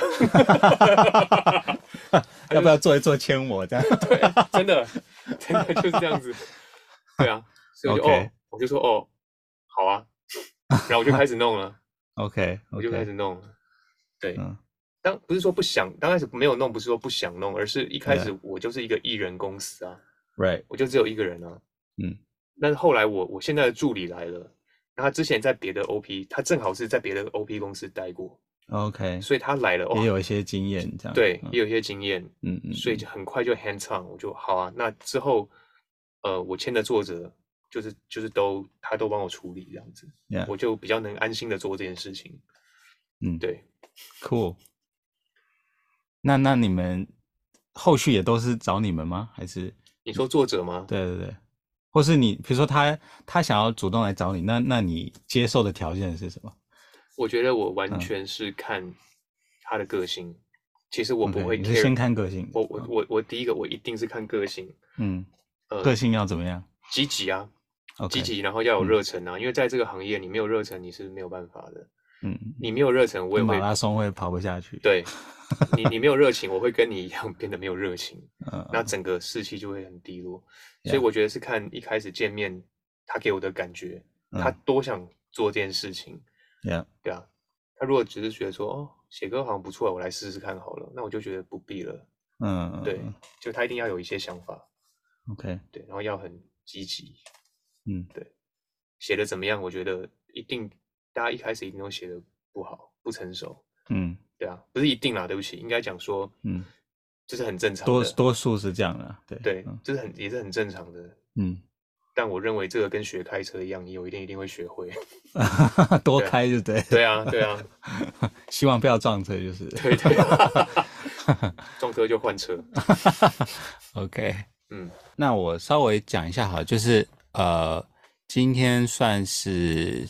[SPEAKER 1] 要不要做一做签我这样？
[SPEAKER 2] 对，真的， 真的就是这样子。对啊，所以我就
[SPEAKER 1] OK
[SPEAKER 2] 哦，我就说哦，好啊，然后我就开始弄了，
[SPEAKER 1] OK
[SPEAKER 2] 我就开
[SPEAKER 1] OK，
[SPEAKER 2] 始弄了。对，
[SPEAKER 1] 嗯
[SPEAKER 2] 当不是说不想，刚开始没有弄，不是说不想弄，而是一开始我就是一个艺人公司啊，
[SPEAKER 1] ，Right，
[SPEAKER 2] 我就只有一个人啊。
[SPEAKER 1] 嗯，
[SPEAKER 2] 但是后来我我现在的助理来了，那他之前在别的 OP，他正好是在别的 OP 公司待过，
[SPEAKER 1] OK，
[SPEAKER 2] 所以他来了，哦
[SPEAKER 1] 嗯也有一些经验这样。
[SPEAKER 2] 对，
[SPEAKER 1] 嗯
[SPEAKER 2] 也有一些经验，
[SPEAKER 1] 嗯嗯，
[SPEAKER 2] 所以就很快就 hands on，我就好啊。那之后，呃，我签的作者就是就是都他都帮我处理这样子，
[SPEAKER 1] Yeah
[SPEAKER 2] 我就比较能安心的做这件事情。
[SPEAKER 1] 嗯
[SPEAKER 2] 对，
[SPEAKER 1] Cool。那那你们后续也都是找你们吗？还是
[SPEAKER 2] 你说作者吗？
[SPEAKER 1] 对对对，或是你比如说他他想要主动来找你，那那你接受的条件是什么？
[SPEAKER 2] 我觉得我完
[SPEAKER 1] 嗯
[SPEAKER 2] 全是看他的个性。其实我不
[SPEAKER 1] OK，
[SPEAKER 2] 会
[SPEAKER 1] 你
[SPEAKER 2] care，
[SPEAKER 1] 是先看个性的
[SPEAKER 2] 我我
[SPEAKER 1] 嗯
[SPEAKER 2] 我我第一个我一定是看个性，
[SPEAKER 1] 嗯，
[SPEAKER 2] 呃，
[SPEAKER 1] 个性要怎么样
[SPEAKER 2] 积极啊，积
[SPEAKER 1] ？OK，
[SPEAKER 2] 极，然后要有
[SPEAKER 1] 嗯
[SPEAKER 2] 热忱啊，因为在这个行业你没有热忱你是没有办法的，
[SPEAKER 1] 嗯，
[SPEAKER 2] 你没有热忱我也
[SPEAKER 1] 马
[SPEAKER 2] 会
[SPEAKER 1] 拉松会跑不下去。，
[SPEAKER 2] 对你，你没有热情，我会跟你一样变得没有 热情，
[SPEAKER 1] 嗯，
[SPEAKER 2] 那整个士气就会很低落。所以
[SPEAKER 1] Yeah
[SPEAKER 2] 我觉得是看一开始见面他给我的感觉，他
[SPEAKER 1] 嗯
[SPEAKER 2] 多想做这件事情，
[SPEAKER 1] Yeah，
[SPEAKER 2] 对啊。他如果只是觉得说哦，写歌好像不错，我来试试看好了，那我就觉得不必了。
[SPEAKER 1] 嗯，
[SPEAKER 2] 对
[SPEAKER 1] 嗯
[SPEAKER 2] 就他一定要有一些想法，
[SPEAKER 1] ，OK，
[SPEAKER 2] 对，然后要很积极。
[SPEAKER 1] 嗯，
[SPEAKER 2] 写的怎么样？我觉得一定，大家一开始一定都写的不好，不成熟，
[SPEAKER 1] 嗯
[SPEAKER 2] 对啊，不是一定啦，对不起，应该讲说，
[SPEAKER 1] 嗯，
[SPEAKER 2] 这是很正常的，
[SPEAKER 1] 多多数是这样的，对
[SPEAKER 2] 对
[SPEAKER 1] 嗯，
[SPEAKER 2] 这是很也是很正常的。
[SPEAKER 1] 嗯。
[SPEAKER 2] 但我认为这个跟学开车一样，你有一天一定会学会。
[SPEAKER 1] 嗯 多
[SPEAKER 2] 对
[SPEAKER 1] 开就对，
[SPEAKER 2] 对啊，对啊，
[SPEAKER 1] 希望不要撞车 就是。
[SPEAKER 2] 对对，撞车就换车。
[SPEAKER 1] OK，
[SPEAKER 2] 嗯，
[SPEAKER 1] 那我稍微讲一下好了，就是呃，今天算是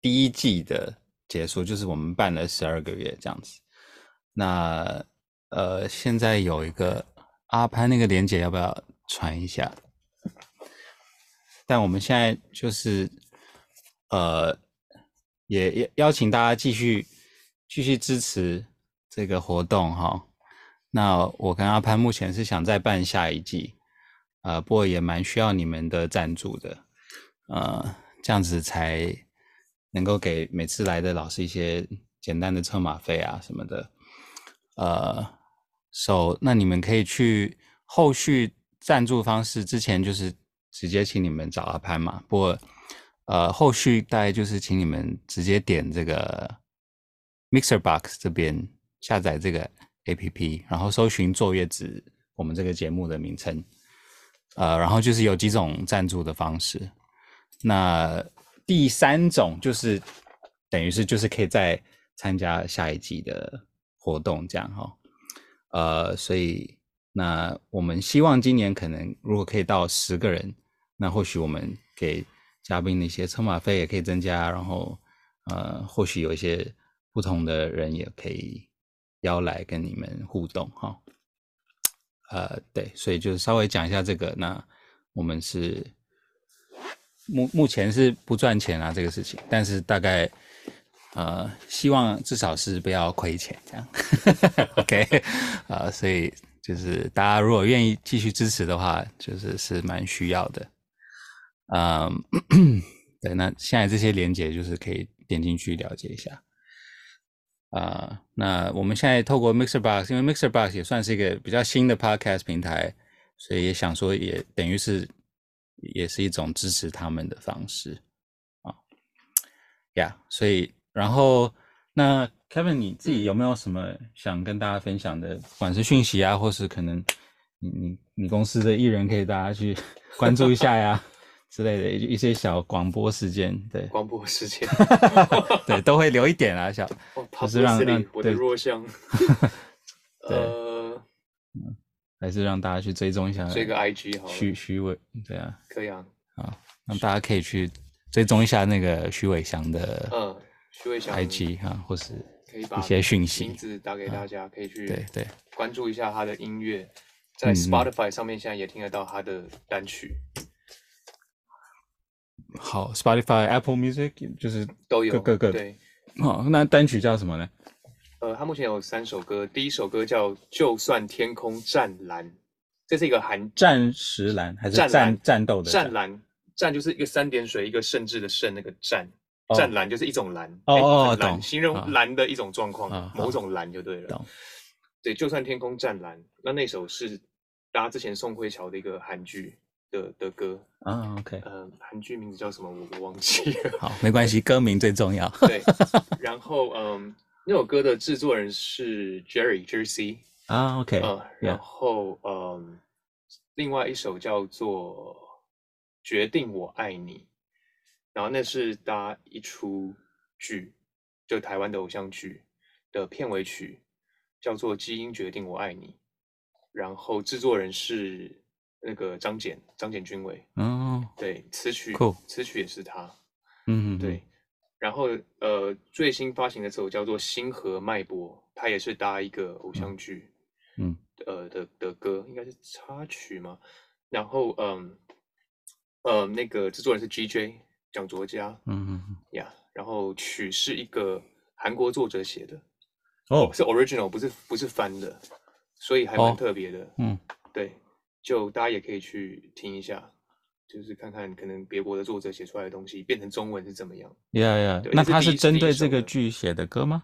[SPEAKER 1] 第一季的结束，就是我们办了十二个月这样子。那呃，现在有一个阿潘那个连接，要不要传一下？但我们现在就是呃，也也邀请大家继续继续支持这个活动哈。那我跟阿潘目前是想再办下一季，呃，不过也蛮需要你们的赞助的，呃，这样子才能够给每次来的老师一些简单的车马费啊什么的，呃，so 那你们可以去后续赞助方式之前就是直接请你们找阿潘嘛，不过呃后续大概就是请你们直接点这个 Mixer Box 这边下载这个 APP，然后搜寻“坐月子”我们这个节目的名称，呃，然后就是有几种赞助的方式。那第三种就是等于是就是可以再参加下一季的活动这样哈、呃，所以那我们希望今年可能如果可以到十个人，那或许我们给嘉宾的一些车马费也可以增加，然后呃，或许有一些不同的人也可以邀来跟你们互动哈、呃，对，所以就是稍微讲一下这个。那我们是目目前是不赚钱啊，这个事情，但是大概呃，希望至少是不要亏钱这样。OK，呃， 所以就是大家如果愿意继续支持的话，就是是蛮需要的。嗯， 对，那现在这些连接就是可以点进去了解一下。啊、那我们现在透过 Mixer Box，因为 Mixer Box 也算是一个比较新的 Podcast 平台，所以也想说也等于是也是一种支持他们的方式啊。呀、yeah,，所以然后那 Kevin 你自己有没有什么想跟大家分享的，不管是讯息啊，或是可能你你你公司的艺人可以大家 去关注一下呀之类的一一些小广播时间，对
[SPEAKER 2] 广播 时间，
[SPEAKER 1] 对，都会留一点啊，小
[SPEAKER 2] 哦
[SPEAKER 1] 是让让
[SPEAKER 2] ，publicity，我的
[SPEAKER 1] 对
[SPEAKER 2] 弱项。
[SPEAKER 1] 对
[SPEAKER 2] 呃，
[SPEAKER 1] 还是让大家去追踪一下
[SPEAKER 2] 追个 IG 好
[SPEAKER 1] 徐
[SPEAKER 2] 了，
[SPEAKER 1] 徐伟，对啊，
[SPEAKER 2] 可以啊。
[SPEAKER 1] 让大家可以去追踪一下那个徐伟翔的
[SPEAKER 2] 嗯，徐伟翔
[SPEAKER 1] IG 啊，或是
[SPEAKER 2] 可以把
[SPEAKER 1] 一些讯息嗯
[SPEAKER 2] 名字打给大家，可以
[SPEAKER 1] 对
[SPEAKER 2] 去
[SPEAKER 1] 对
[SPEAKER 2] 关注一下他的音乐，
[SPEAKER 1] 嗯
[SPEAKER 2] 在
[SPEAKER 1] 嗯
[SPEAKER 2] Spotify 上面现在也听得到他的单曲，
[SPEAKER 1] 好 Spotify、Apple Music 就是
[SPEAKER 2] 都有
[SPEAKER 1] 各各个
[SPEAKER 2] 对。
[SPEAKER 1] 哦，那单曲叫什么呢？
[SPEAKER 2] 呃，他目前有三首歌，第一首歌叫《就算天空湛蓝》，这是一个韩
[SPEAKER 1] 战石兰还是
[SPEAKER 2] 战
[SPEAKER 1] 战
[SPEAKER 2] 蓝
[SPEAKER 1] 战斗的
[SPEAKER 2] 湛蓝，湛就是一个三点水一个甚至的甚那个湛，
[SPEAKER 1] 哦
[SPEAKER 2] 湛蓝就是一种蓝，
[SPEAKER 1] 哦
[SPEAKER 2] 哎
[SPEAKER 1] 哦
[SPEAKER 2] 很蓝
[SPEAKER 1] 懂
[SPEAKER 2] 形
[SPEAKER 1] 啊
[SPEAKER 2] 容蓝的一种状况，
[SPEAKER 1] 啊
[SPEAKER 2] 某
[SPEAKER 1] 好
[SPEAKER 2] 种蓝就对了。
[SPEAKER 1] 懂
[SPEAKER 2] 对，就算天空湛蓝，那那首是大家之前宋慧乔的一个韩剧的的歌，
[SPEAKER 1] 啊？OK，
[SPEAKER 2] 呃，韩剧名字叫什么我我忘记 了。
[SPEAKER 1] 好，没关系，歌名最重要。
[SPEAKER 2] 对，然后嗯，那首歌的制作人是 Jerry Jerry C，
[SPEAKER 1] 啊，OK，
[SPEAKER 2] 嗯，然后嗯，另外一首叫做《决定我爱你》，然后那是搭一出剧，就台湾的偶像剧的片尾曲，叫做《基因决定我爱你》，然后制作人是那个张简张简君伟，
[SPEAKER 1] 嗯
[SPEAKER 2] 对，词曲
[SPEAKER 1] Cool
[SPEAKER 2] 词曲也是他，
[SPEAKER 1] 嗯，嗯
[SPEAKER 2] 对，，然后呃，最新发行的这首叫做《星河脉搏》，它也是搭一个偶像剧，
[SPEAKER 1] 嗯，
[SPEAKER 2] 呃的的歌，应该是插曲嘛。然后嗯，呃，那个制作人是 GJ 蒋卓佳
[SPEAKER 1] 嗯嗯嗯，
[SPEAKER 2] 呀，然后曲是一个韩国作者写的，
[SPEAKER 1] 哦，
[SPEAKER 2] 是 original，不是不是翻的，所以还
[SPEAKER 1] 哦
[SPEAKER 2] 蛮特别的。
[SPEAKER 1] 嗯，
[SPEAKER 2] 对，就大家也可以去听一下，就是看看可能别国的作者写出来的东西变成中文是怎么样。
[SPEAKER 1] 呀呀
[SPEAKER 2] 对，
[SPEAKER 1] 那
[SPEAKER 2] 这是
[SPEAKER 1] 他
[SPEAKER 2] 第
[SPEAKER 1] 是
[SPEAKER 2] 一
[SPEAKER 1] 针
[SPEAKER 2] 第一
[SPEAKER 1] 对
[SPEAKER 2] 首
[SPEAKER 1] 这个
[SPEAKER 2] 的
[SPEAKER 1] 剧写的歌吗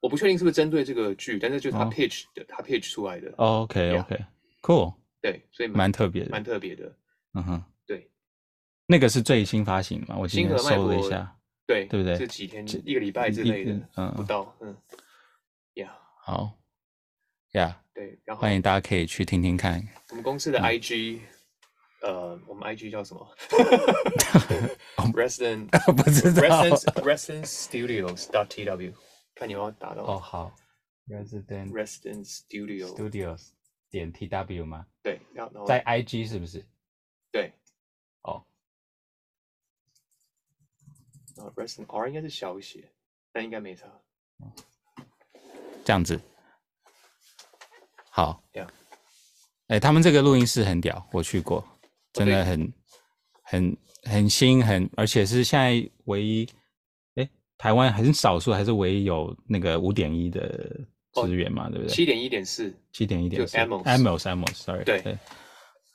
[SPEAKER 2] 我不确定是不是针对这个剧，但是就是他
[SPEAKER 1] 哦
[SPEAKER 2] pitch 的，他 pitch 出来的。，
[SPEAKER 1] ？OK OK，Cool，
[SPEAKER 2] 对，所以
[SPEAKER 1] 蛮特别
[SPEAKER 2] 蛮
[SPEAKER 1] 的，
[SPEAKER 2] 特别的。
[SPEAKER 1] 嗯哼，
[SPEAKER 2] 对
[SPEAKER 1] 那个是最新发行的嘛？我今
[SPEAKER 2] 星
[SPEAKER 1] 天
[SPEAKER 2] 河脉
[SPEAKER 1] 搜了一
[SPEAKER 2] 搏
[SPEAKER 1] 下，
[SPEAKER 2] 对
[SPEAKER 1] 对不对
[SPEAKER 2] 这几天
[SPEAKER 1] 这
[SPEAKER 2] 一个礼拜之
[SPEAKER 1] 一
[SPEAKER 2] 类的
[SPEAKER 1] 嗯，嗯
[SPEAKER 2] 不到，嗯，呀、
[SPEAKER 1] 好呀，
[SPEAKER 2] 对，然后
[SPEAKER 1] 欢迎嗯大家可以去听听看。
[SPEAKER 2] 我们公司的 IG，、呃，我们 IG 叫什么 ？Resident
[SPEAKER 1] 哦不知
[SPEAKER 2] Resident Resident Studios dot tw，看你要不要打到、
[SPEAKER 1] 哦，好，Resident
[SPEAKER 2] Resident Studio，
[SPEAKER 1] Studios 点 tw 吗？
[SPEAKER 2] 对，然后然后
[SPEAKER 1] 在 IG 是不是？
[SPEAKER 2] 对，
[SPEAKER 1] 哦，
[SPEAKER 2] 然后 Resident R 应该是小写，但应该没差。
[SPEAKER 1] 这样子。好
[SPEAKER 2] Yeah，
[SPEAKER 1] 哎，他们这个录音室很屌，我去过，真的
[SPEAKER 2] 对
[SPEAKER 1] 很很很新，很而且是现在唯一，哎，台湾很少数还是唯一有那个五点一的
[SPEAKER 2] 哦
[SPEAKER 1] 资源嘛，对不对？
[SPEAKER 2] 七点一点四，
[SPEAKER 1] 七点一点
[SPEAKER 2] 就 Amos
[SPEAKER 1] Amos，Amos，Sorry，
[SPEAKER 2] 对
[SPEAKER 1] 对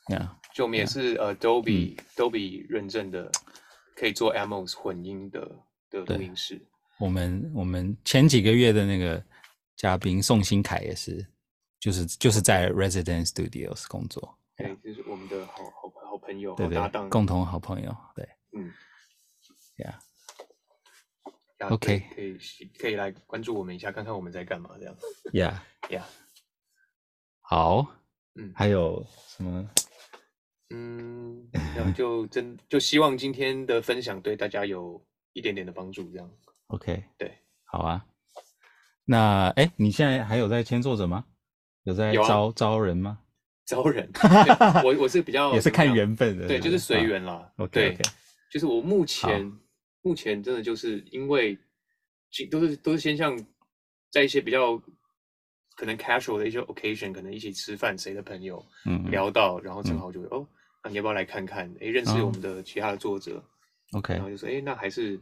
[SPEAKER 1] ，Yeah，
[SPEAKER 2] 就我们也是呃 Dolby、Dolby
[SPEAKER 1] 嗯
[SPEAKER 2] 认证的，可以做 Amos 混音的的录
[SPEAKER 1] 对
[SPEAKER 2] 音室。
[SPEAKER 1] 我们我们前几个月的那个嘉宾宋新凯也是，就是就是在 Resident Studios 工作，
[SPEAKER 2] 对，就是我们的好好好朋友、
[SPEAKER 1] 对
[SPEAKER 2] 好
[SPEAKER 1] 不
[SPEAKER 2] 哦搭
[SPEAKER 1] 对？
[SPEAKER 2] 档。
[SPEAKER 1] 共同好朋友，对
[SPEAKER 2] 嗯
[SPEAKER 1] ，Yeah，
[SPEAKER 2] 呀
[SPEAKER 1] OK
[SPEAKER 2] 可以可以可以来关注我们一下，看看我们在干嘛这样。
[SPEAKER 1] Yeah，
[SPEAKER 2] 呀，
[SPEAKER 1] 好，
[SPEAKER 2] 嗯
[SPEAKER 1] 还有什么？
[SPEAKER 2] 嗯， 那就真就希望今天的分享对大家有一点点的帮助，这样。
[SPEAKER 1] OK，
[SPEAKER 2] 对，
[SPEAKER 1] 好啊。那哎，诶你现在还有在签作者吗？有在
[SPEAKER 2] 有啊
[SPEAKER 1] 招、招人吗？
[SPEAKER 2] 招 人，对我我是比较
[SPEAKER 1] 也是
[SPEAKER 2] 怎么
[SPEAKER 1] 看
[SPEAKER 2] 样，
[SPEAKER 1] 缘分的，
[SPEAKER 2] 对，
[SPEAKER 1] 不
[SPEAKER 2] 就是随。缘啦。
[SPEAKER 1] OK
[SPEAKER 2] 对
[SPEAKER 1] OK，
[SPEAKER 2] 就是我目前目前真的就是因为其都是都是先像在一些比较可能 casual 的一些 occasion，可能一起吃饭谁的朋友
[SPEAKER 1] 嗯嗯
[SPEAKER 2] 聊到，然后正
[SPEAKER 1] 嗯
[SPEAKER 2] 好就哦，那你要不要来看看？诶，认识
[SPEAKER 1] 哦
[SPEAKER 2] 我们的其他的作者，
[SPEAKER 1] ，OK
[SPEAKER 2] 然后。就说诶，那还是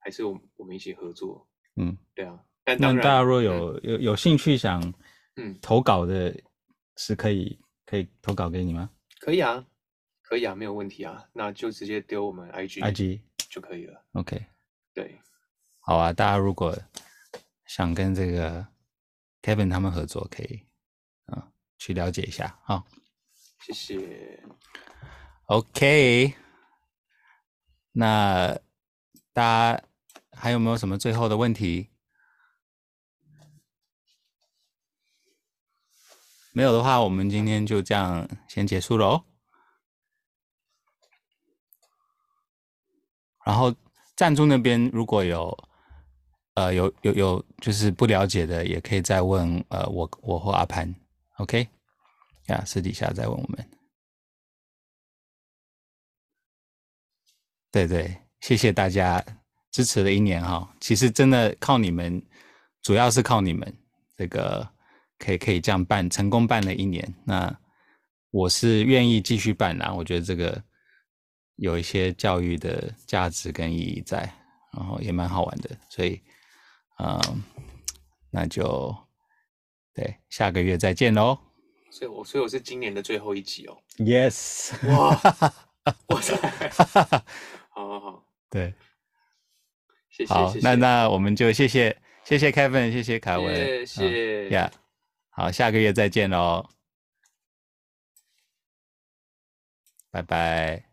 [SPEAKER 2] 还是我们我们一起合作，
[SPEAKER 1] 嗯，
[SPEAKER 2] 对啊。但
[SPEAKER 1] 那
[SPEAKER 2] 当
[SPEAKER 1] 大家
[SPEAKER 2] 然，
[SPEAKER 1] 若有有有兴趣想
[SPEAKER 2] 嗯，
[SPEAKER 1] 投稿的，是可以可以投稿给你吗
[SPEAKER 2] 可以啊，可以啊，没有问题啊，那就直接丢我们 IG
[SPEAKER 1] ？IG
[SPEAKER 2] 就可以了。
[SPEAKER 1] OK，
[SPEAKER 2] 对，
[SPEAKER 1] 好啊，大家如果想跟这个 Kevin 他们合作，可以啊、嗯去了解一下啊。
[SPEAKER 2] 谢谢。
[SPEAKER 1] OK，那大家还有没有什么最后的问题？没有的话，我们今天就这样先结束喽。然后赞助那边如果有，呃，有有有，就是不了解的，也可以再问呃我我或阿潘，OK，呀，私底下再问我们。对对，谢谢大家支持了一年哈、其实真的靠你们，主要是靠你们这个可以可以这样办，成功办了一年。那我是愿意继续办啦、我觉得这个有一些教育的价值跟意义在，然后也蛮好玩的，所以嗯，那就对，下个月再见喽。
[SPEAKER 2] 所以我所以我是今年的最后一集哦。
[SPEAKER 1] Yes，
[SPEAKER 2] 哇， 哇塞，好好好，
[SPEAKER 1] 对，
[SPEAKER 2] 谢谢，
[SPEAKER 1] 好
[SPEAKER 2] 谢，谢
[SPEAKER 1] 那那我们就谢谢谢谢 Kevin，谢谢凯文，
[SPEAKER 2] 谢谢，
[SPEAKER 1] 呀、好，下个月再见喽，拜拜。